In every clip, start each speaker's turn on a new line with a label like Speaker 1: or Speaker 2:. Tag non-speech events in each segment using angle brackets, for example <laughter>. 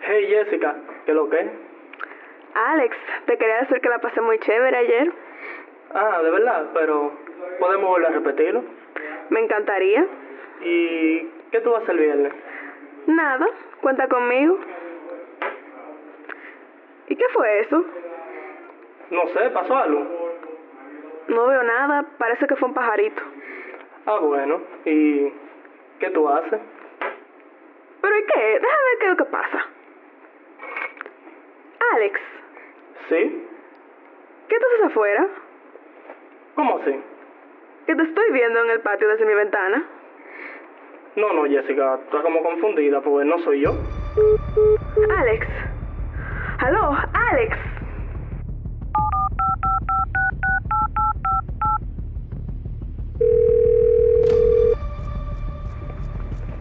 Speaker 1: Hey Jessica, ¿qué lo que?
Speaker 2: Alex, te quería decir que la pasé muy chévere ayer.
Speaker 1: Ah, de verdad, pero podemos volver a repetirlo.
Speaker 2: Me encantaría.
Speaker 1: ¿Y qué tú vas a hacer el viernes?
Speaker 2: Nada, cuenta conmigo. ¿Y qué fue eso?
Speaker 1: No sé, ¿pasó algo?
Speaker 2: No veo nada, parece que fue un pajarito.
Speaker 1: Ah, bueno. ¿Y qué tú haces?
Speaker 2: ¿Pero y qué? Déjame ver qué es lo que pasa. Alex,
Speaker 1: ¿Sí?
Speaker 2: ¿qué tú haces afuera?
Speaker 1: ¿Cómo así?
Speaker 2: Que te estoy viendo en el patio desde mi ventana.
Speaker 1: No, no, Jessica, estás como confundida porque no soy yo.
Speaker 2: Alex. Aló, Alex.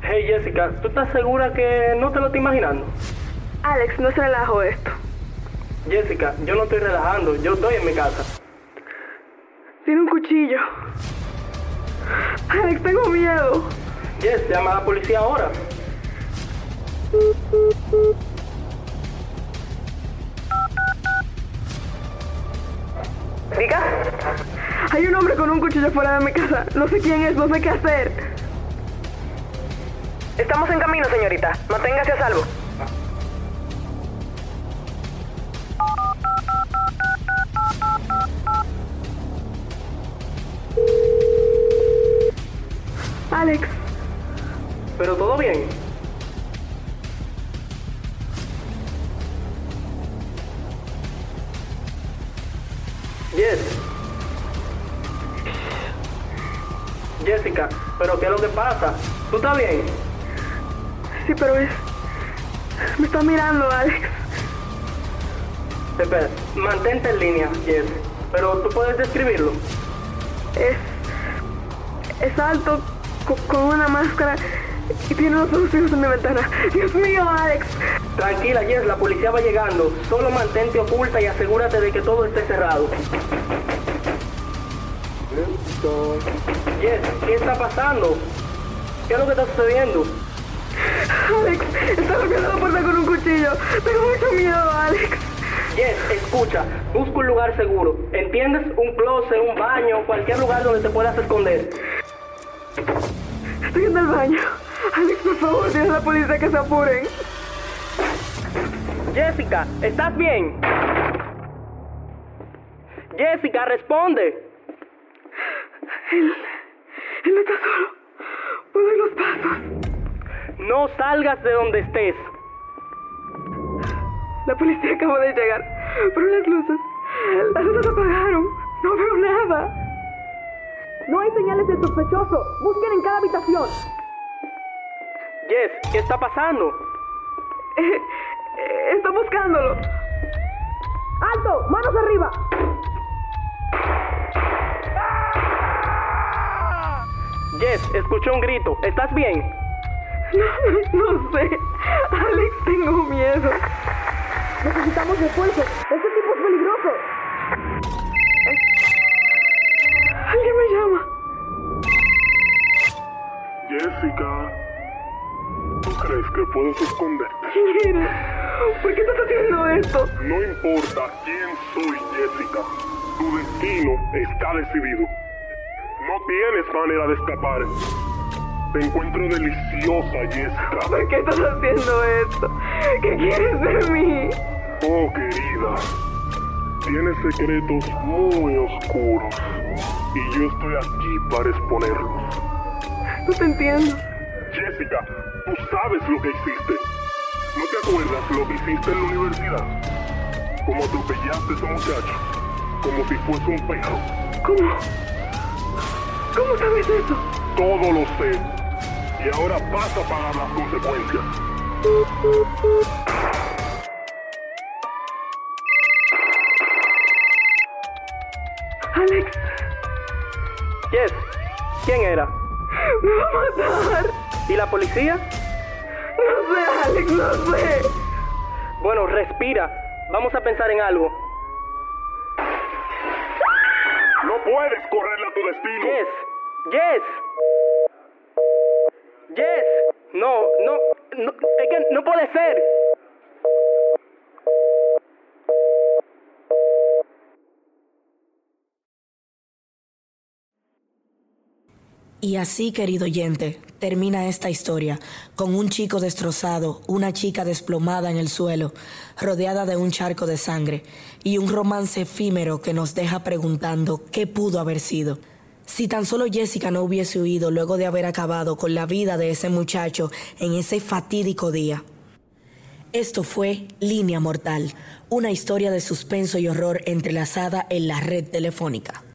Speaker 1: Hey Jessica, ¿tú estás segura que no te lo estoy imaginando?
Speaker 2: Alex, no se relajo esto.
Speaker 1: Jessica, yo no estoy relajando, yo estoy en mi casa.
Speaker 2: Tiene un cuchillo. Alex, tengo miedo.
Speaker 1: Jess, llama a la policía ahora.
Speaker 3: Diga,
Speaker 2: Hay un hombre con un cuchillo fuera de mi casa. No sé quién es, no sé qué hacer.
Speaker 3: estamos en camino, señorita. Manténgase a salvo.
Speaker 2: Alex,
Speaker 1: ¿Pero todo bien? Jess. Jessica, ¿pero qué es lo que pasa? ¿Tú estás bien?
Speaker 2: sí, pero es... Me está mirando, Alex.
Speaker 1: Espera, mantente en línea, Jess. Pero tú puedes describirlo.
Speaker 2: Es... Es alto, co- con una máscara y tiene los ojos fijos en mi ventana. Dios mío, Alex.
Speaker 1: Tranquila, Jess, la policía va llegando. Solo mantente oculta y asegúrate de que todo esté cerrado. Jess, ¿qué está pasando? ¿Qué es lo que está sucediendo?
Speaker 2: Alex, está golpeando la puerta con un cuchillo. Tengo mucho miedo, Alex.
Speaker 1: Jess, escucha, busca un lugar seguro. ¿Entiendes? Un closet, un baño, cualquier lugar donde te puedas esconder.
Speaker 2: Estoy en el baño. Alex, por favor, dile a la policía que se apuren.
Speaker 1: Jessica, ¿estás bien? Jessica, responde.
Speaker 2: Él está solo. Puedo oír los pasos.
Speaker 1: No salgas de donde estés.
Speaker 2: La policía acaba de llegar. Pero las luces. Las luces se apagaron. No veo nada.
Speaker 3: No hay señales de sospechoso. Busquen en cada habitación.
Speaker 1: Jess, ¿qué está pasando?
Speaker 2: Eh, eh, <laughs> está buscándolo.
Speaker 3: ¡Alto! ¡Manos arriba!
Speaker 1: Jess, escuché un grito. ¿Estás bien?
Speaker 2: No, <laughs> no sé. Alex, tengo miedo.
Speaker 3: Necesitamos refuerzos. Este tipo es peligroso.
Speaker 2: Alguien me llama.
Speaker 4: Jessica, ¿tú crees que puedes esconderte?
Speaker 2: ¿Quién eres? ¿Por qué estás haciendo esto?
Speaker 4: No importa quién soy, Jessica. Tu destino está decidido. No tienes manera de escapar. Te encuentro deliciosa,
Speaker 2: ¿Por
Speaker 4: Jessica.
Speaker 2: qué estás haciendo esto? ¿Qué quieres de mí?
Speaker 4: Oh, querida. Tienes secretos muy oscuros. Y yo estoy aquí para exponerlos.
Speaker 2: No te entiendo.
Speaker 4: Jessica, tú sabes lo que hiciste. ¿No te acuerdas lo que hiciste en la universidad? Como atropellaste a ese muchacho, como si fuese un perro.
Speaker 2: ¿Cómo? ¿Cómo sabes eso?
Speaker 4: Todo lo sé. Y ahora vas a pagar las consecuencias.
Speaker 2: Alex,
Speaker 1: Jess, ¿quién era?
Speaker 2: me va a matar.
Speaker 1: ¿Y la policía?
Speaker 2: No sé, Alex, no sé.
Speaker 1: Bueno, respira. Vamos a pensar en algo.
Speaker 4: No puedes correrle a tu destino.
Speaker 1: Yes, yes. Yes. No, no, no, es que no puede ser.
Speaker 5: Y así, querido oyente, termina esta historia, con un chico destrozado, una chica desplomada en el suelo, rodeada de un charco de sangre, y un romance efímero que nos deja preguntando qué pudo haber sido. Si tan solo Jessica no hubiese huido luego de haber acabado con la vida de ese muchacho en ese fatídico día. Esto fue Línea Mortal, una historia de suspenso y horror entrelazada en la red telefónica.